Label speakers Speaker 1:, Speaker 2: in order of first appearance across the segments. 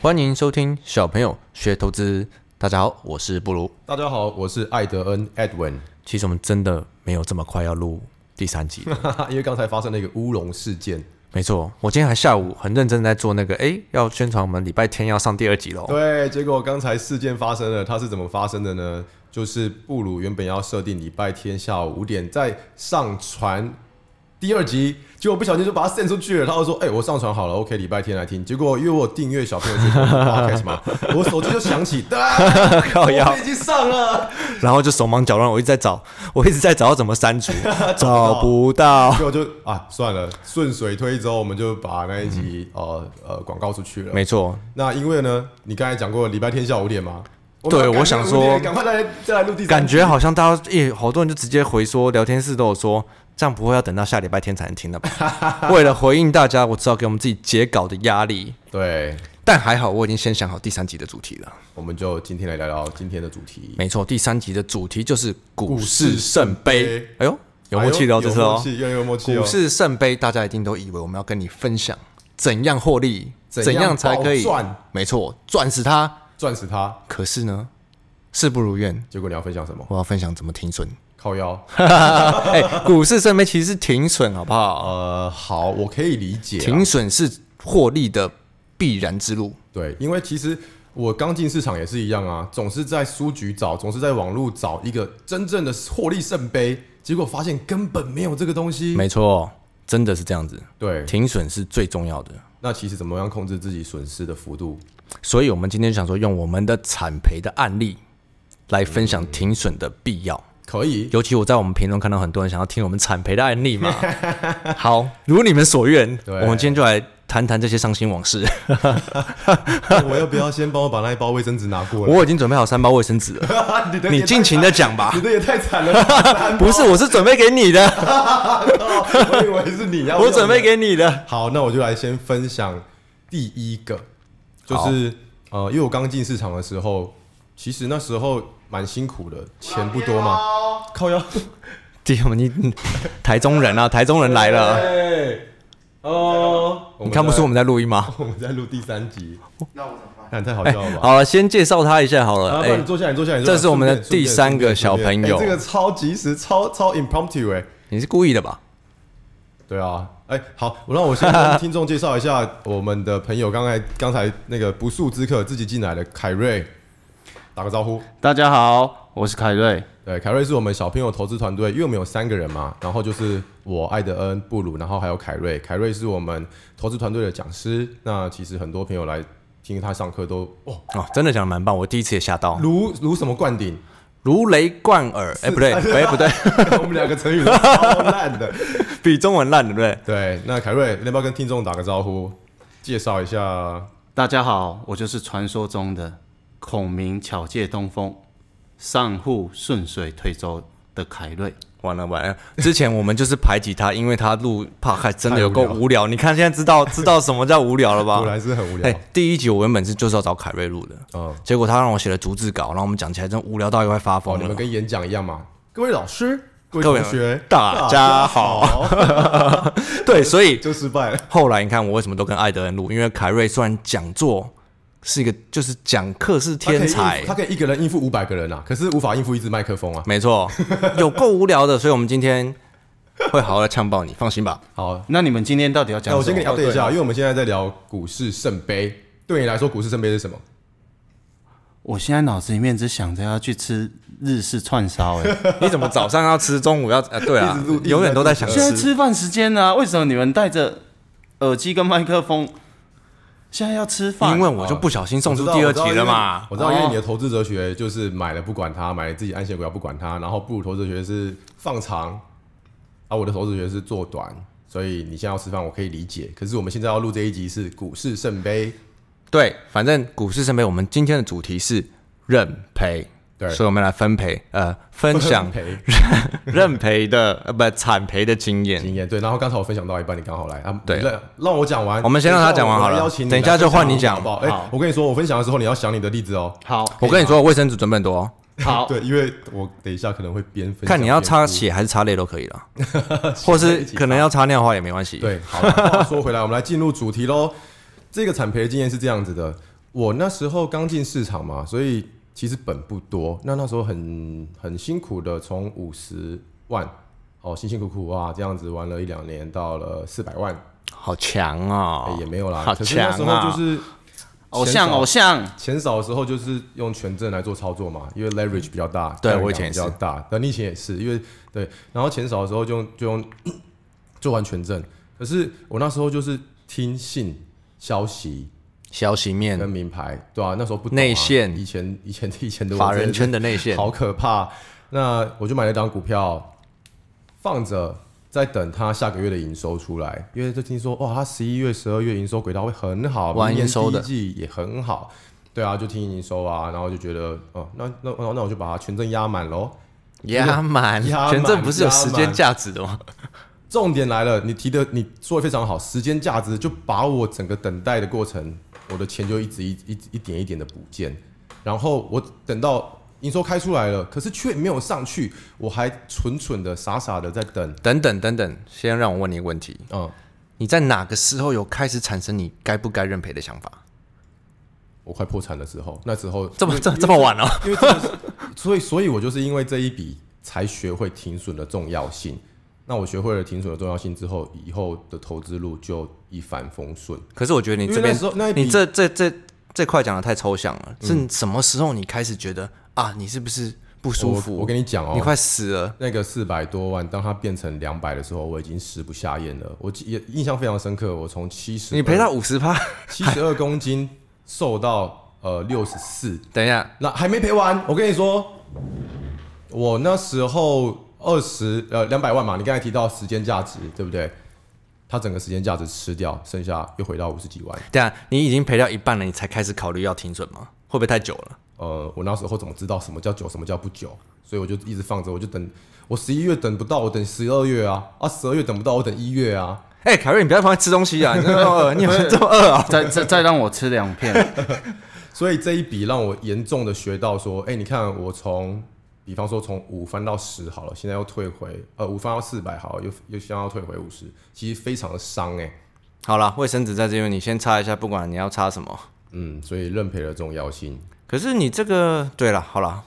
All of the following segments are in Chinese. Speaker 1: 欢迎收听小朋友学投资。大家好，我是布鲁。
Speaker 2: 大家好，我是艾德恩 Edwin，
Speaker 1: 其实我们真的没有这么快要录第三集。
Speaker 2: 因为刚才发生了一个乌龙事件。
Speaker 1: 没错，我今天还下午很认真地在做那个，哎，要宣传我们礼拜天要上第二集喽。
Speaker 2: 对，结果刚才事件发生了，它是怎么发生的呢？就是布鲁原本要设定礼拜天下午五点再上传第二集，结果不小心就把它 send 出去了。他就说：“哎、我上传好了，OK，礼拜天来听。”结果因为我订阅小朋友这个 podcast 嘛，我手机就响起，哒，
Speaker 1: 靠腰
Speaker 2: 我已经上了。
Speaker 1: 然后就手忙脚乱，我一直在找，我一直在找要怎么删 除，找不到。
Speaker 2: 结果就啊，算了，顺水推舟，我们就把那一集、呃呃广告出去了。
Speaker 1: 没错，
Speaker 2: 那因为呢，你刚才讲过礼拜天下午五点吗？
Speaker 1: 对
Speaker 2: 们要赶
Speaker 1: 我想
Speaker 2: 快录
Speaker 1: 说
Speaker 2: 第赶快再来再来录第三集
Speaker 1: 感觉好像大家也好多人就直接回说，聊天室都有说，这样不会要等到下礼拜天才能听的吧？ 为了回应大家，我只好给我们自己截稿的压力。
Speaker 2: 对，
Speaker 1: 但还好，我已经先想好第三集的主题了。
Speaker 2: 我们就今天来聊聊今天的主题。
Speaker 1: 没错，第三集的主题就是股市
Speaker 2: 市
Speaker 1: 圣
Speaker 2: 杯
Speaker 1: 杯。哎呦，有默契的哦，
Speaker 2: 哎呦
Speaker 1: 这次
Speaker 2: 有
Speaker 1: 哦
Speaker 2: 默。契，越来越有默契哦。
Speaker 1: 股市圣杯，大家一定都以为我们要跟你分享怎样获利，
Speaker 2: 怎
Speaker 1: 怎
Speaker 2: 样
Speaker 1: 样才可以
Speaker 2: 暴赚
Speaker 1: 没错，赚死它。
Speaker 2: 赚死他，
Speaker 1: 可是呢，事不如愿，
Speaker 2: 结果你要分享什么？
Speaker 1: 我要分享怎么停损。
Speaker 2: 靠腰。
Speaker 1: 哎、股市圣杯其实是停损，好不 好？
Speaker 2: 呃，好，我可以理解啊、
Speaker 1: 停损是获利的必然之路。
Speaker 2: 对，因为其实我刚进市场也是一样啊，总是在书局找，总是在网络找一个真正的获利圣杯，结果发现根本没有这个东西。
Speaker 1: 没错，真的是这样子。
Speaker 2: 对，
Speaker 1: 停损是最重要的，
Speaker 2: 那其实怎么样控制自己损失的幅度？
Speaker 1: 所以我们今天想说，用我们的产赔的案例来分享停损的必要。
Speaker 2: 可以，
Speaker 1: 尤其我在我们评论看到很多人想要听我们产赔的案 例嘛。好，如你们所愿，
Speaker 2: 对
Speaker 1: 我们今天就来谈谈这些伤心往事。
Speaker 2: 我要不要先帮我把那一包卫生纸拿过来？
Speaker 1: 我已经准备好三包卫生纸 了，
Speaker 2: 你的
Speaker 1: 你
Speaker 2: 也太
Speaker 1: 尽情的讲吧
Speaker 2: 你。的也太惨了吧，
Speaker 1: 不是，我是准备给你的，
Speaker 2: 我以为是你要用
Speaker 1: 我
Speaker 2: 的
Speaker 1: 准备。给你的。
Speaker 2: 好，那我就来先分享第一个，就是呃，因为我刚进市场的时候，其实那时候蛮辛苦的，钱不多嘛，靠腰
Speaker 1: 弟兄们，你你台中人啊，台中人 来 了，
Speaker 2: 对，哦，
Speaker 1: 你看不出我
Speaker 2: 哎我
Speaker 1: 们
Speaker 2: 们
Speaker 1: 在录音吗？
Speaker 2: 在我们在录第三集，
Speaker 3: 那我怎么办？
Speaker 2: 那你太好笑了吧？
Speaker 1: 好了，先介绍他一下好
Speaker 2: 啊，
Speaker 1: 了。
Speaker 2: 不然
Speaker 1: 哎
Speaker 2: 你，坐下，你坐下，你坐下
Speaker 1: 这是我们的
Speaker 2: 顺便
Speaker 1: 第三个小朋友
Speaker 2: 顺便顺便哎这个超及时，超超 impromptu 哎、
Speaker 1: 你是故意的吧？
Speaker 2: 对啊，哎、好，我让我先跟听众介绍一下我们的朋友，刚才刚才那个不速之客自己进来的凯瑞，打个招呼。
Speaker 3: 大家好，我是凯瑞。
Speaker 2: 对，凯瑞是我们小朋友投资团队，因为我们有三个人嘛，然后就是我艾德恩、布鲁，然后还有凯瑞。凯瑞是我们投资团队的讲师，那其实很多朋友来听他上课都哦，
Speaker 1: 哦，真的讲的蛮棒，我第一次也吓到，
Speaker 2: 如如什么灌顶，
Speaker 1: 如雷贯耳。哎，不对，哎不对，
Speaker 2: 我们两个成语都超烂的。
Speaker 1: 比中文烂，对不对？
Speaker 2: 对，那凯瑞，你要不要跟听众打个招呼，介绍一下？
Speaker 3: 大家好，我就是传说中的孔明巧借东风，上户顺水推舟的凯瑞。
Speaker 1: 完了完了！之前我们就是排挤他，因为他录 p o 真的有够
Speaker 2: 太无
Speaker 1: 无聊。你看现在知 道知道什么叫无聊了吧
Speaker 2: 果？然是很无聊。
Speaker 1: 哎、第一集我原本是就是要找凯瑞录的，
Speaker 2: 嗯
Speaker 1: 结果他让我写了逐字稿，然后我们讲起来真无聊到一块发
Speaker 2: 哦，
Speaker 1: 疯
Speaker 2: 你
Speaker 1: 了。
Speaker 2: 们跟演讲一样嘛？各位老师，各位
Speaker 1: 各位
Speaker 2: 同学，
Speaker 1: 大家好，对，所以
Speaker 2: 就失败了。
Speaker 1: 后来你看我为什么都跟艾德恩录，因为凯瑞虽然讲座是一个就是讲课是 天才
Speaker 2: 啊他，可以应付他可以一个人应付五百个人啊，可是无法应付一支麦克风啊。
Speaker 1: 没错，有够无聊的，所以我们今天会好好的呛爆你，放心吧。
Speaker 2: 好，
Speaker 3: 哦那你们今天到底要
Speaker 2: 那
Speaker 3: 讲
Speaker 2: 哎我
Speaker 3: 什
Speaker 2: 先跟
Speaker 3: 么？
Speaker 2: 你 update 一下，
Speaker 3: 哦
Speaker 2: 因为我们现在在聊股市圣杯。对你来说，股市圣杯是什么？
Speaker 3: 我现在脑子里面只想着要去吃日式串烧、 哎，
Speaker 1: 你怎么早上要吃，中午要 呃，对啊
Speaker 2: 一直录一直，在
Speaker 1: 永远都在想
Speaker 3: 现在
Speaker 1: 吃。
Speaker 3: 吃饭时间呢、啊，为什么你们戴着耳机跟麦克风？现在要吃饭？
Speaker 1: 因为我就不小心送出第二集了嘛。
Speaker 2: 我知道，因为你的投资哲学就是买了不管它，买了自己安息股票不管它，然后布鲁投资哲学是放长，啊，我的投资哲学是做短。所以你现在要吃饭，我可以理解。可是我们现在要录这一集是股市圣杯，
Speaker 1: 对，反正股市圣杯，我们今天的主题是认赔，
Speaker 2: 对
Speaker 1: 所以我们来分赔，呃，分 享
Speaker 2: 赔
Speaker 1: 认赔的，呃，不，产赔的经验。
Speaker 2: 经验。对，然后刚才我分享到一半，你刚好来啊，
Speaker 1: 对
Speaker 2: 你让让我讲完，
Speaker 1: 我们先让他讲完好了
Speaker 2: 我来邀请你来
Speaker 1: 等一下就换你讲
Speaker 2: 分享好不好？哎
Speaker 3: 好，
Speaker 2: 我跟你说，我分享的时候你要想你的例子哦。
Speaker 3: 好，
Speaker 1: 我跟你说，卫生纸准备很多哦，
Speaker 3: 好，
Speaker 2: 对，因为我等一下可能会边分享
Speaker 1: 看你要
Speaker 2: 边
Speaker 1: 擦
Speaker 2: 哭
Speaker 1: 血还是擦泪都可以 了，或是可能要擦尿花也没关系。，
Speaker 2: 对，好了，话说回来，我们来进入主题喽。这个产赔的经验是这样子的，我那时候刚进市场嘛，所以其实本不多。那那时候很很辛苦的，从五十万哦，辛辛苦苦啊，这样子玩了一两年，到了四百万、
Speaker 3: 好强
Speaker 2: 哎
Speaker 3: 哦！
Speaker 2: 也没有啦。
Speaker 3: 好
Speaker 2: 可是那时
Speaker 3: 强啊
Speaker 2: 候就是
Speaker 3: 偶像 偶像，
Speaker 2: 钱少的时候，就是用权证来做操作嘛，因为 leverage 比较大，
Speaker 1: 嗯对
Speaker 2: 贷款
Speaker 1: 我以前也
Speaker 2: 比
Speaker 1: 是
Speaker 2: 较大。那你以前也是，因为对，然后钱少的时候就用就用就玩权证。可是我那时候就是听信消息
Speaker 1: 消息面
Speaker 2: 跟名牌，对啊，那时候不懂啊
Speaker 1: 内线
Speaker 2: 以前以前以前的我
Speaker 1: 法
Speaker 2: 真的
Speaker 1: 人
Speaker 2: 是
Speaker 1: 圈的内线，
Speaker 2: 好可怕。那我就买了一张股票，放着，在等它下个月的营收出来，因为就听说哇，它十一月、十二月营收轨道会很好，
Speaker 1: 玩
Speaker 2: 明年
Speaker 1: 营收的
Speaker 2: 第一季也很好。对啊，就听营收啊，然后就觉得哦，那那那那我就把它权证压满喽。
Speaker 1: 压满
Speaker 2: 压满
Speaker 1: 权证不是有时
Speaker 2: 压
Speaker 1: 间
Speaker 2: 满
Speaker 1: 价值的吗？
Speaker 2: 重点来了，你提的你说的非常好，时间价值就把我整个等待的过程，我的钱就一直一一一点一点的补件，然后我等到营收开出来了，可是却没有上去，我还蠢蠢的傻傻的在等，
Speaker 1: 等等等等，先让我问你一个问题：
Speaker 2: 嗯，
Speaker 1: 你在哪个时候有开始产生你该不该认赔的想法？
Speaker 2: 我快破产的时候，那时 候
Speaker 1: 这么
Speaker 2: 因为
Speaker 1: 这这么晚哦？
Speaker 2: 因为这个是，所以所以我就是因为这一笔才学会停损的重要性。那我学会了停损的重要性之后，以后的投资路就一帆风顺。
Speaker 1: 可是我觉得你
Speaker 2: 因
Speaker 1: 这
Speaker 2: 为那
Speaker 1: 边
Speaker 2: 时候那一笔
Speaker 1: 你这这这这块讲的太抽象了，是什么时候你开始觉得啊，你是不是不舒服？
Speaker 2: 我我跟
Speaker 1: 你
Speaker 2: 你讲哦，
Speaker 1: 你快死了，
Speaker 2: 那个四百多万，当它变成两百的时候，我已经食不下咽了。我记也印象非常深刻，我从七十
Speaker 1: 你赔到五十趴。
Speaker 2: 七十二公斤瘦到呃六十四，
Speaker 1: 等一下，
Speaker 2: 那还没赔完。我跟你说，我那时候二十呃两百万嘛，你刚才提到时间价值对不对？它整个时间价值吃掉，剩下又回到五十几万。
Speaker 1: 等一下，你已经赔掉一半了，你才开始考虑要停损吗？会不会太久了？
Speaker 2: 呃，我那时候怎么知道什么叫久，什么叫不久？所以我就一直放着，我就等。我十一月等不到，我等十二月啊；啊，十二月等不到，我等一月啊。
Speaker 1: 哎、凯瑞，你不要在旁边吃东西啊！你这么饿，你有没有这么饿 啊？
Speaker 3: 再再再让我吃两片，
Speaker 2: 所以这一笔让我严重的学到说，哎、你看我从，比方说从五翻到十好了，现在又退回，呃，五翻到四百好了，又又想要退回五十，其实非常的伤哎、
Speaker 1: 好了，卫生纸在这边，你先擦一下，不管你要擦什么。
Speaker 2: 嗯，所以认赔的重要性，
Speaker 1: 可是你这个，对了，好 了，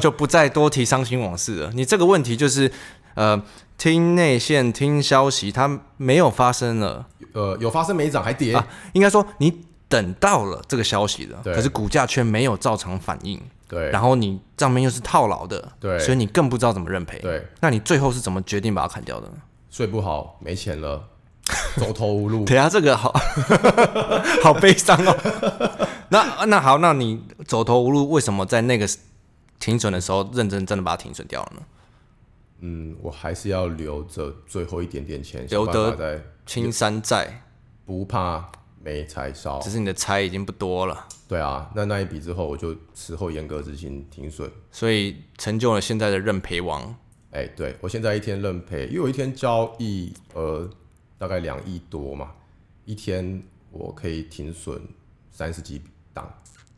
Speaker 1: 就不再多提伤心往事了。你这个问题就是，呃，听内线、听消息，它没有发生了
Speaker 2: 呃，有发生没涨还跌，
Speaker 1: 啊，应该说你等到了这个消息了，
Speaker 2: 对
Speaker 1: 可是股价却没有照常反应，
Speaker 2: 对
Speaker 1: 然后你账面又是套牢的，
Speaker 2: 对
Speaker 1: 所以你更不知道怎么认赔。
Speaker 2: 对，
Speaker 1: 那你最后是怎么决定把它砍掉的呢？
Speaker 2: 睡不好，没钱了，走投 无路，
Speaker 1: 等一下啊这个好好悲伤哦。 那那好，那你走投无路，为什么在那个停损的时候认真真的把它停损掉了呢？
Speaker 2: 嗯，我还是要留着最后一点点钱，
Speaker 1: 留
Speaker 2: 想办
Speaker 1: 得
Speaker 2: 法再
Speaker 1: 青山在，
Speaker 2: 不怕没柴烧
Speaker 1: 只，是你的猜已经不多了，
Speaker 2: 对啊，那那一笔之后，我就事后严格执行停损。
Speaker 1: 所以成就了现在的认赔王。
Speaker 2: 哎、对我现在一天认赔，因为我一天交易额大概两亿多嘛，一天我可以停损三十几档。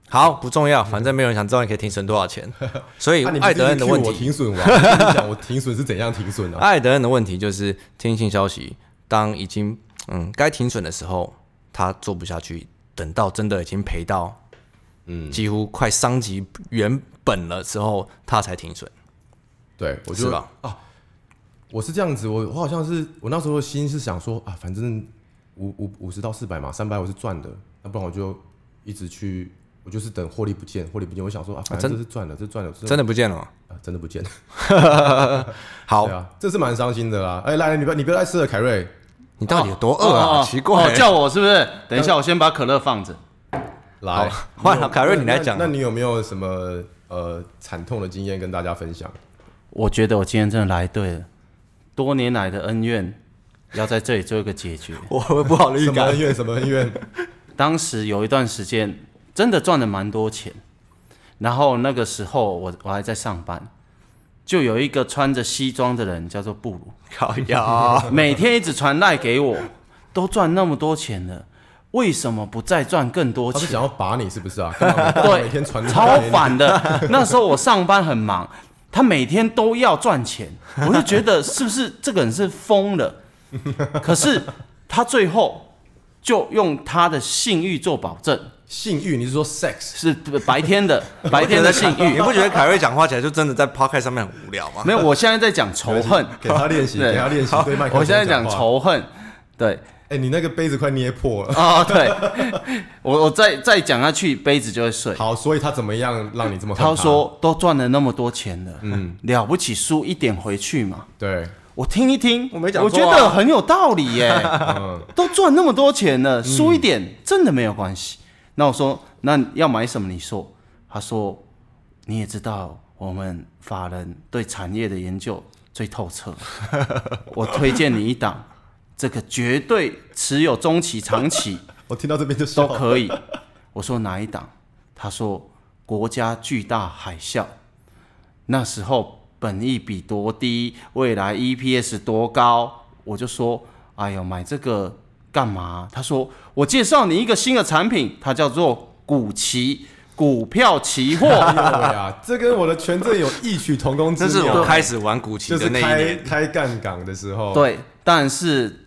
Speaker 1: 好，不重要，反正没有人想知道你可以停损多少 钱。所以
Speaker 2: 嗯啊你不是
Speaker 1: 哎艾德恩的
Speaker 2: 一直 cue
Speaker 1: 问
Speaker 2: 我
Speaker 1: 题，
Speaker 2: 停损 完，我跟你讲我停损是怎样停损啊？
Speaker 1: 艾德恩的问题就是听信消息，当已经嗯该停损的时候，他做不下去，等到真的已经赔到
Speaker 2: 嗯，
Speaker 1: 几乎快伤及原本了之后，他才停损。
Speaker 2: 对，我
Speaker 1: 是
Speaker 2: 就
Speaker 1: 吧
Speaker 2: 啊，我是这样子，我我好像是我那时候的心是想说啊，反正五五五十到四百嘛，三百我是赚的，那不然我就一直去，我就是等获利不见，获利不见，我想说啊，反正这是赚了，这赚了，这
Speaker 1: 真的不见了。
Speaker 2: 啊真的不见。
Speaker 1: 好
Speaker 2: 对，啊，这是蛮伤心的啦。哎、来，你不要你不要再吃了，凯瑞。
Speaker 1: 你到底有多 饿
Speaker 3: 哦
Speaker 1: 啊？
Speaker 3: 哦
Speaker 1: 奇怪呃
Speaker 3: 哦，叫我是不是？等一下，我先把可乐放着。
Speaker 2: 来，
Speaker 1: 换了凯瑞，你来
Speaker 2: 那
Speaker 1: 讲啊
Speaker 2: 那。你有没有什么呃惨痛的经验跟大家分享？
Speaker 3: 我觉得我今天真的来对了，多年来的恩怨要在这里做一个解决。
Speaker 1: 我我不好
Speaker 2: 什么恩怨？什么恩 怨？
Speaker 3: 当时有一段时间真的赚了蛮多钱，然后那个时候我我还在上班，就有一个穿着西装的人叫做布鲁，
Speaker 1: 烤鸭。
Speaker 3: 每天一直传赖给我，都赚那么多钱了，为什么不再赚更多
Speaker 2: 他是
Speaker 3: 钱？
Speaker 2: 想要把你哦是不是啊？干嘛每每天传
Speaker 3: 对，
Speaker 2: 这个
Speaker 3: 超
Speaker 2: 给你。
Speaker 3: 反的。那时候我上班很忙，他每天都要赚钱，我就觉得是不是这个人是疯了？可是他最后就用他的信誉做保证，
Speaker 2: 性欲，你是说 sex？
Speaker 3: 是白天的白天的性
Speaker 1: 你
Speaker 3: 欲。
Speaker 1: 不觉得凯瑞讲话起来就真的在 podcast 上面很无聊吗？
Speaker 3: 没有，我现在在讲仇恨。
Speaker 2: 给他练习，
Speaker 3: 对
Speaker 2: 给他练习对麦克风
Speaker 3: 我现在讲
Speaker 2: 话。
Speaker 3: 仇恨，对
Speaker 2: 哎、你那个杯子快捏破了。
Speaker 3: 哦，对，我我再再讲下去，杯子就会碎。
Speaker 2: 好，所以他怎么样让你这么恨
Speaker 3: 他说都赚了那么多钱了，嗯，了不起输一点回去嘛。
Speaker 2: 对，
Speaker 3: 我听一听，
Speaker 1: 我没讲
Speaker 3: 我
Speaker 1: 错
Speaker 3: 觉
Speaker 1: 啊
Speaker 3: 得很有道理 耶、
Speaker 2: 嗯，
Speaker 3: 都赚那么多钱
Speaker 1: 嗯
Speaker 3: 了，输一点真的没有关系。那我说，那你要买什么？你说，他说，你也知道我们法人对产业的研究最透 彻，我推荐你一档，这个绝对持有中期、长期
Speaker 2: 我听到这边就笑
Speaker 3: 都
Speaker 2: 了。
Speaker 3: 可以。 我说哪一档？他说国家巨大海啸，那时候本益比多低，未来 EPS 多高，我就说，哎呦，买这个干嘛？他说，我介绍你一个新的产品，它叫做股期股票期 货。
Speaker 2: 对啊，这跟我的权证有异曲同工之
Speaker 1: 这是
Speaker 2: 妙。
Speaker 1: 我开始玩古奇
Speaker 2: 就
Speaker 1: 的
Speaker 2: 是
Speaker 1: 那一
Speaker 2: 开
Speaker 1: 年，
Speaker 2: 开杠杆的时候，，
Speaker 3: 对，但是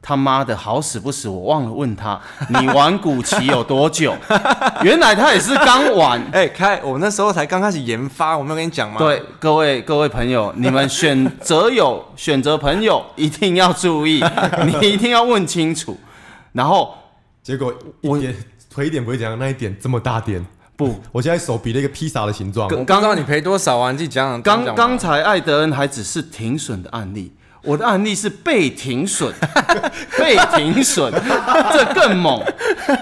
Speaker 3: 他妈的好死不死，我忘了问他，你玩股期有多久？ 原来他也是刚玩。
Speaker 1: 哎、开我那时候才刚开始研发，我没有跟你讲吗？，
Speaker 3: 对，各位各位朋友，你们选择友 选择朋友一定要 注意，你一定要问清楚。然后
Speaker 2: 结果一点腿一点不会怎样，那一点这么大点，
Speaker 3: 不，
Speaker 2: 我现在手比了一个披萨的形状。
Speaker 1: 我哦刚刚你赔多少啊？你自己讲讲。讲
Speaker 3: 刚
Speaker 1: 讲
Speaker 3: 刚才艾德恩还只是停损的案例，我的案例是被停损， 被停损， 这更猛。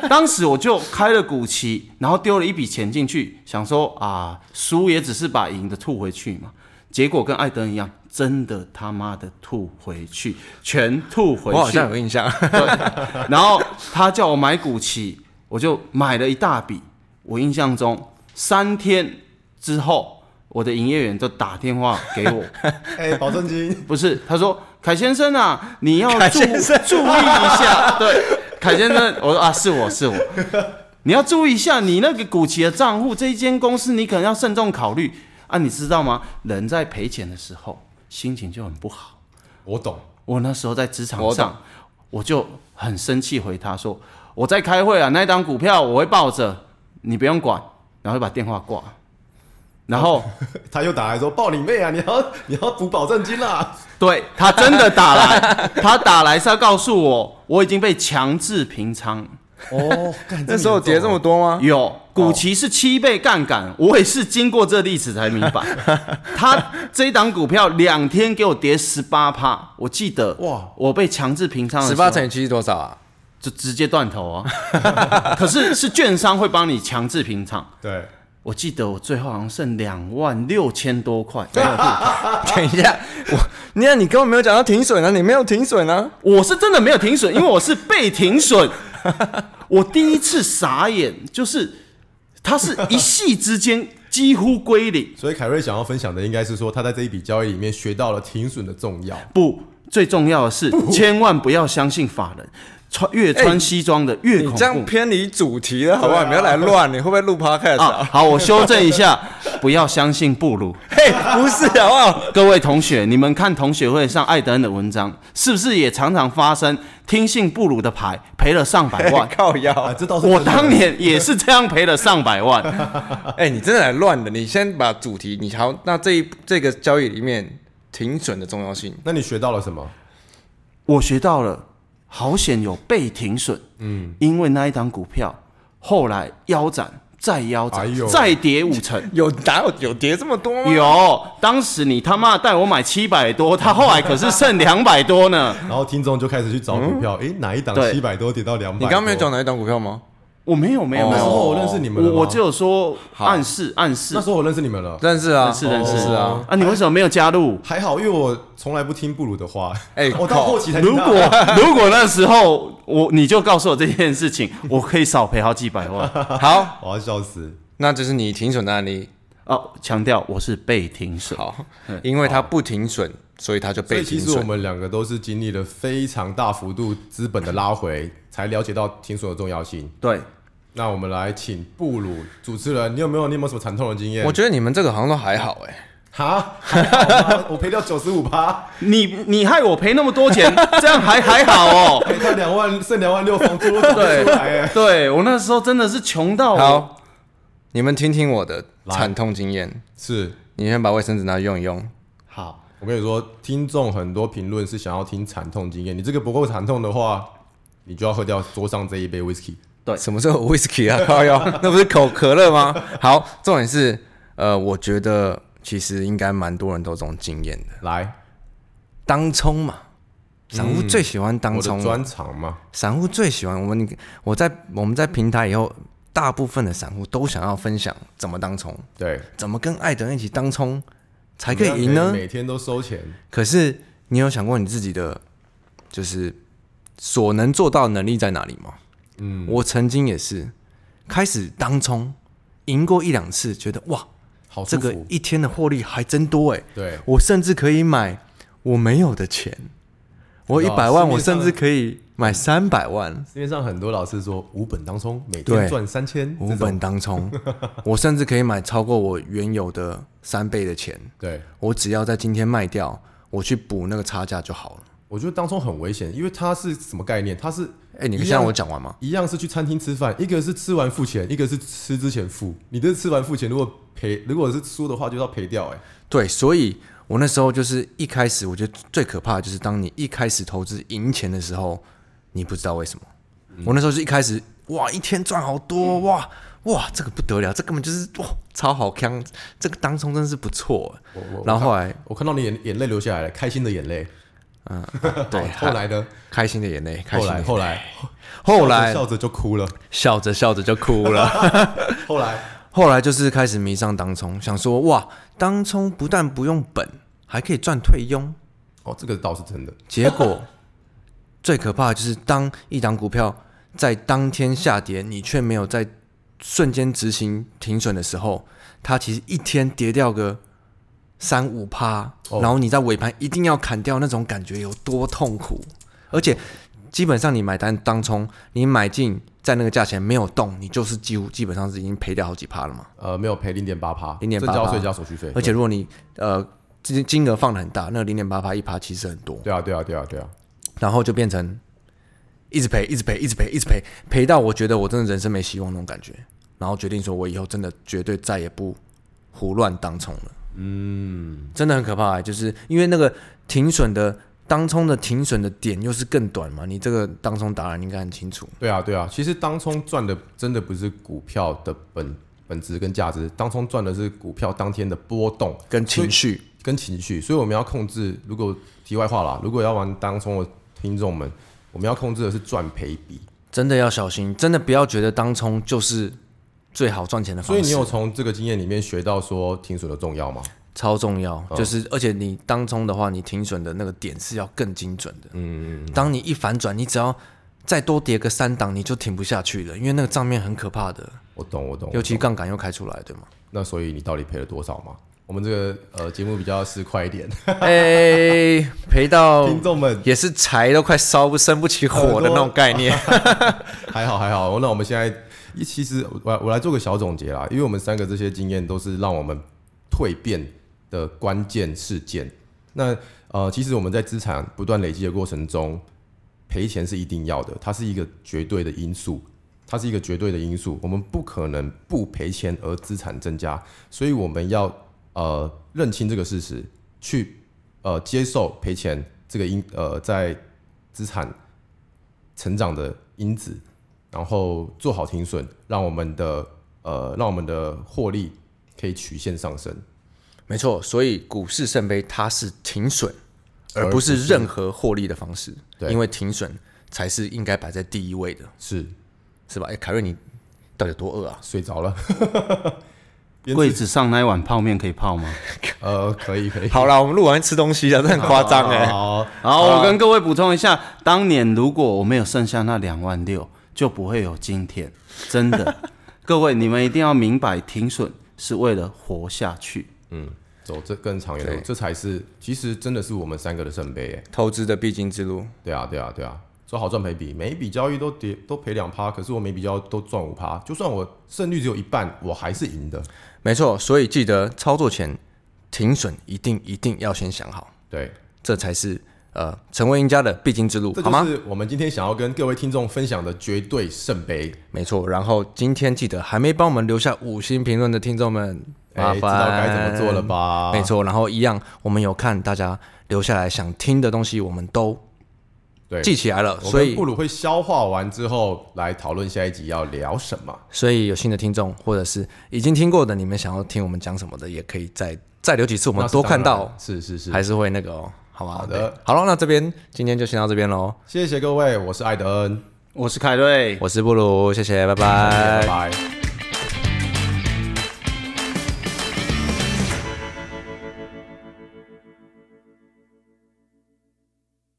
Speaker 3: 当时我就开了股期，然后丢了一笔钱进去，想说啊，输也只是把赢的吐回去嘛。结果跟艾德恩一样，真的他妈的吐回去，全吐回
Speaker 1: 我好
Speaker 3: 去
Speaker 1: 像。有印象，
Speaker 3: 对，然后他叫我买股期，我就买了一大笔。我印象中三天之后，我的营业员就打电话给我，
Speaker 2: 哎、保 证金，
Speaker 3: 不是，他说凯先生啊，你要
Speaker 1: 凯
Speaker 3: 注
Speaker 1: 先生
Speaker 3: 注意一下，对，凯先生，我说啊，是我是我，你要注意一下你那个股旗的账户，这一间公司你可能要慎重考虑啊，你知道吗？人在赔钱的时候心情就很不好。
Speaker 2: 我懂。
Speaker 3: 我那时候在职场
Speaker 1: 我懂
Speaker 3: 上，我就很生气，回他说我在开会啊，那一档股票我会抱着，你不用管，然后就把电话挂。然
Speaker 1: 哦
Speaker 3: 后
Speaker 2: 他又打来说抱你妹啊！你要 你要补保证金啦！
Speaker 3: 对他真的打来，他打来是要告诉我我已经被强制平仓，
Speaker 2: 哦，干
Speaker 1: 那时候跌这么，啊多吗？
Speaker 3: 有股期是七倍杠杆，我也是经过这历史才明 白，他这一档股票两天给我跌十八趴，我记得
Speaker 2: 哇
Speaker 3: 哇，我被强制平仓的时
Speaker 1: 十
Speaker 3: 候
Speaker 1: 八乘以七是多少啊？
Speaker 3: 就直接断头啊！ 可是是券商会帮你强制平仓。
Speaker 2: 对，
Speaker 3: 我记得我最后好像剩两万六千多块，没有
Speaker 1: 啊
Speaker 3: 入 场
Speaker 1: 等一下，我，你看你根本没有讲到停损啊，你没有停损啊。
Speaker 3: 我是真的没有停损，因为我是被停损。我第一次傻眼，就是它是一夕之间几乎归零。
Speaker 2: 所以凯瑞想要分享的应该是说，他在这一笔交易里面学到了停损的重要。
Speaker 1: 哦
Speaker 3: 不，最重要的是，千万不要相信法人，穿越穿西装的越
Speaker 1: 哎你
Speaker 3: 恐
Speaker 1: 这样
Speaker 3: 怖。
Speaker 1: 偏离主题了，好不好？
Speaker 2: 对啊
Speaker 1: 你不要来乱，你会不会录 podcast
Speaker 3: 啊，
Speaker 1: 啊？
Speaker 3: 好，我修正一下，不要相信布鲁。
Speaker 1: 嘿， 不是，好不 好？？
Speaker 3: 各位同学，你们看同学会上艾德恩的文章，是不是也常常发生听信布鲁的牌赔了上百万
Speaker 1: 靠腰
Speaker 2: 啊，
Speaker 1: 啊！
Speaker 2: 这倒是
Speaker 3: 我
Speaker 2: 真的
Speaker 3: 当年也是这样赔了上百万。
Speaker 1: 哎，你真的来乱的。你先把主题，你好，那这一这个交易里面停损的重要性，
Speaker 2: 那你学到了什么？
Speaker 3: 我学到了，好险有被停损，嗯，因为那一档股票后来腰斩，再腰斩，
Speaker 2: 哎呦
Speaker 3: 再跌五成。
Speaker 1: 有哪有有跌这么多吗？
Speaker 3: 有，当时你他妈带我买七百多，他后来可是剩两百多呢。
Speaker 2: 然后听众就开始去找股票，诶，哪一档
Speaker 3: 对
Speaker 2: 七百多跌到两百？
Speaker 1: 嗯你刚刚没有讲哪一档股票吗？
Speaker 3: 我没有，没有，
Speaker 1: 哦
Speaker 2: 那
Speaker 3: 没
Speaker 2: 时
Speaker 3: 有，
Speaker 2: 候我认识你们了
Speaker 3: 我
Speaker 2: 吗
Speaker 3: 我只有说
Speaker 1: 好
Speaker 3: 暗示暗示
Speaker 2: 那时候我认识你们了，
Speaker 1: 认识啊，
Speaker 3: 认识认识
Speaker 1: 是啊。
Speaker 3: 哦啊，你为什么没有加入？
Speaker 2: 还好，因为我从来不听布鲁的话。
Speaker 1: 哎
Speaker 2: 我到
Speaker 1: 靠
Speaker 2: 后期才
Speaker 3: 如
Speaker 2: 听到
Speaker 3: 果 如果那时候我你就告诉我这件事情， 我可以少赔好几百万 啊！
Speaker 1: 好，
Speaker 2: 我要笑死。
Speaker 1: 那这是你停损的案例。
Speaker 3: 哦强调我是被停损，
Speaker 1: 好，因为它不停损，所以它就
Speaker 2: 嗯所
Speaker 1: 被
Speaker 2: 以其
Speaker 1: 停
Speaker 2: 实我
Speaker 1: 损。
Speaker 2: 们两个都是经历了非常大幅度资本的拉回，才了解到停损的重要性。
Speaker 3: 对，
Speaker 2: 那我们来请布鲁主持人，你有没有你有没有什么惨痛的经验？
Speaker 1: 我觉得你们这个好像都还好哎、
Speaker 2: 哈，还好吗我赔掉九十五趴，
Speaker 3: 你你害我赔那么多钱， 这样还还好哦。
Speaker 2: 赔掉两万，剩两万六，房租都缴不出来哎。
Speaker 3: 对我那时候真的是穷到我
Speaker 1: 好，你们听听我的
Speaker 2: 来
Speaker 1: 惨痛经验。
Speaker 2: 是，
Speaker 1: 你先把卫生纸拿去用一用。
Speaker 3: 好，
Speaker 2: 我跟你说，听众很多评论是想要听惨痛经验，你这个不够惨痛的话，你就要喝掉桌上这一杯 whisky。
Speaker 3: 对
Speaker 1: 什么时候 whisky 啊？ 靠腰，那不是口可乐吗？好，重点是，呃，我觉得其实应该蛮多人都有这种经验的。
Speaker 2: 来，
Speaker 1: 当冲嘛，散户最喜欢当
Speaker 2: 嗯我
Speaker 1: 冲嘛、
Speaker 2: 的专场嘛，
Speaker 1: 散户最喜欢我们，我在我们在平台以后，大部分的散户都想要分享怎么当冲，
Speaker 2: 对，
Speaker 1: 怎么跟艾德一起当冲才可以赢
Speaker 2: 我们要
Speaker 1: 呢
Speaker 2: 可？每天都收钱，
Speaker 1: 可是你有想过你自己的就是所能做到的能力在哪里吗？嗯，我曾经也是开始当冲，赢过一两次，觉得哇，
Speaker 2: 好舒
Speaker 1: 这
Speaker 2: 服。
Speaker 1: 个一天的获利还真多哎，
Speaker 2: 对，
Speaker 1: 我甚至可以买我没有的钱，我一
Speaker 2: 对啊
Speaker 1: 百万，我
Speaker 2: 市面上
Speaker 1: 甚至可以买三百万。
Speaker 2: 市面上很多老师说无本当冲，每天
Speaker 1: 对
Speaker 2: 赚三千，
Speaker 1: 无
Speaker 2: 这种
Speaker 1: 本当冲，我甚至可以买超过我原有的三倍的钱，
Speaker 2: 对。
Speaker 1: 我只要在今天卖掉，我去补那个差价就好了。
Speaker 2: 我觉得当冲很危险，因为它是什么概念？它是
Speaker 1: 哎、你
Speaker 2: 一
Speaker 1: 可以
Speaker 2: 样
Speaker 1: 先让我讲完吗？
Speaker 2: 一样是去餐厅吃饭，一个是吃完付钱，一个是吃之前付。你这吃完付钱，如果赔，如果是输的话，就要赔掉、哎，
Speaker 1: 对，所以我那时候就是一开始，我觉得最可怕的就是当你一开始投资赢钱的时候，你不知道为什么。
Speaker 2: 嗯
Speaker 1: 我那时候是一开始哇，一天赚好多哇哇，这个不得了，这根本就是哇超好看，这个当冲真是不错。
Speaker 2: 我我
Speaker 1: 然后后来
Speaker 2: 我看到你眼眼泪流下来了，开心的眼泪。
Speaker 1: 对，
Speaker 2: 后来呢？
Speaker 1: 开心的眼泪，开
Speaker 2: 后
Speaker 1: 心的
Speaker 2: 来
Speaker 1: 眼
Speaker 2: 后
Speaker 1: 泪，
Speaker 2: 来
Speaker 1: 后来
Speaker 2: 笑着笑着就哭了。
Speaker 1: 笑着笑着就哭了。
Speaker 2: 后来
Speaker 1: 后来就是开始迷上当冲，想说哇，当冲不但不用本，还可以赚退佣。
Speaker 2: 哦，这个倒是真的。
Speaker 1: 结果最可怕的就是，当一档股票在当天下跌，你却没有在瞬间执行停损的时候，它其实一天跌掉个三五趴，
Speaker 2: 哦
Speaker 1: 然后你在尾盘一定要砍掉，那种感觉有多痛苦。而且基本上你买单当冲，你买进在那个价钱没有动，你就是几乎基本上是已经赔掉好几趴了嘛。
Speaker 2: 呃，没有赔零点八趴，
Speaker 1: 0.8%
Speaker 2: 正交税加手续费。
Speaker 1: 而且如果你呃金金额放的很大，那零点八趴一趴其实很多，
Speaker 2: 对啊，对啊，对啊，对啊，
Speaker 1: 然后就变成一直赔，一直赔，一直赔，一直赔，赔到我觉得我真的人生没希望那种感觉，然后决定说我以后真的绝对再也不胡乱当冲了。嗯，真的很可怕、欸，就是因为那个停损的当冲的停损的点又是更短嘛，你这个当冲达人应该很清楚。
Speaker 2: 对啊，对啊。其实当冲赚的真的不是股票的本本质跟价值，当冲赚的是股票当天的波动
Speaker 1: 跟情绪，
Speaker 2: 跟情绪，所以我们要控制。如果题外话啦，如果要玩当冲的听众们，我们要控制的是赚赔比。
Speaker 1: 真的要小心，真的不要觉得当冲就是最好赚钱的方式。
Speaker 2: 所以你有从这个经验里面学到说停损的重要吗？
Speaker 1: 超重要，就是而且你当冲的话，你停损的那个点是要更精准的。嗯，当你一反转，你只要再多跌个三档，你就停不下去了，因为那个账面很可怕的，
Speaker 2: 我懂，我懂。
Speaker 1: 尤其杠杆又开出来，对吗？
Speaker 2: 那所以你到底赔了多少吗？我们这个呃节目比较市侩一点，
Speaker 1: 哎、赔 到
Speaker 2: 听众们
Speaker 1: 也是柴都快烧不生不起火的那种概 念。
Speaker 2: 还好还好。那我们现在一其实我来我来做个小总结啦，因为我们三个这些经验都是让我们蜕变的关键事件。那呃，其实我们在资产不断累积的过程中，赔钱是一定要的，它是一个绝对的因素，它是一个绝对的因素，我们不可能不赔钱而资产增加，所以我们要呃认清这个事实，去呃接受赔钱这个因呃在资产成长的因子，然后做好停损，让我们的呃让我们的获利可以曲线上升。
Speaker 1: 没错，所以股市圣杯它是停损，
Speaker 2: 而
Speaker 1: 而不
Speaker 2: 不
Speaker 1: 是任何获利的方式，
Speaker 2: 对
Speaker 1: 因为停损才是应该摆在第一位的，
Speaker 2: 是
Speaker 1: 是吧？哎、凯瑞，你到底有多饿啊？
Speaker 2: 睡着了，
Speaker 3: 柜子上那一碗泡面可以泡吗？
Speaker 2: 呃，可以可 以，
Speaker 1: 好啦，我们录完吃东西了，这很夸张哎。
Speaker 2: 好，
Speaker 3: 好，我跟各位补充一下，当年如果我没有剩下那两万六，就不会有今天，真的。各位，你们一定要明白，停损是为了活下去。
Speaker 2: 嗯，走这更长远的路，
Speaker 1: 对
Speaker 2: 这才是其实真的是我们三个的圣杯耶。
Speaker 1: 投资的必经之路。
Speaker 2: 对啊，对啊，对啊，做好赚赔比，每一笔交易都跌都赔两趴，可是我每笔交易都赚五趴，就算我胜率只有一半，我还是赢的。
Speaker 1: 没错，所以记得操作前停损一定一定要先想好，
Speaker 2: 对，
Speaker 1: 这才是呃成为赢家的必经之路，
Speaker 2: 这
Speaker 1: 好
Speaker 2: 就
Speaker 1: 吗？
Speaker 2: 是我们今天想要跟各位听众分享的绝对圣杯。
Speaker 1: 没错。然后今天记得还没帮我们留下五星评论的听众们，麻烦
Speaker 2: 哎，知道该怎么做了吧？
Speaker 1: 没，错，然后一样，我们有看大家留下来想听的东西，我们都
Speaker 2: 对，
Speaker 1: 记起来了。
Speaker 2: 我
Speaker 1: 所
Speaker 2: 跟
Speaker 1: 以
Speaker 2: 布，鲁会消化完之后来讨论下一集要聊什么。
Speaker 1: 所以有新的听众，或者是已经听过的，你们想要听我们讲什么的，也可以再再留几次，我
Speaker 2: 我
Speaker 1: 们多看到，
Speaker 2: 是是是，
Speaker 1: 还是会那个哦，好吧？
Speaker 2: 好的
Speaker 1: 对，好了，那这边今天就先到这边喽。
Speaker 2: 谢谢各位，我是艾德恩，
Speaker 3: 我是凯瑞，
Speaker 1: 我是布鲁，谢谢，拜拜
Speaker 2: 拜。拜。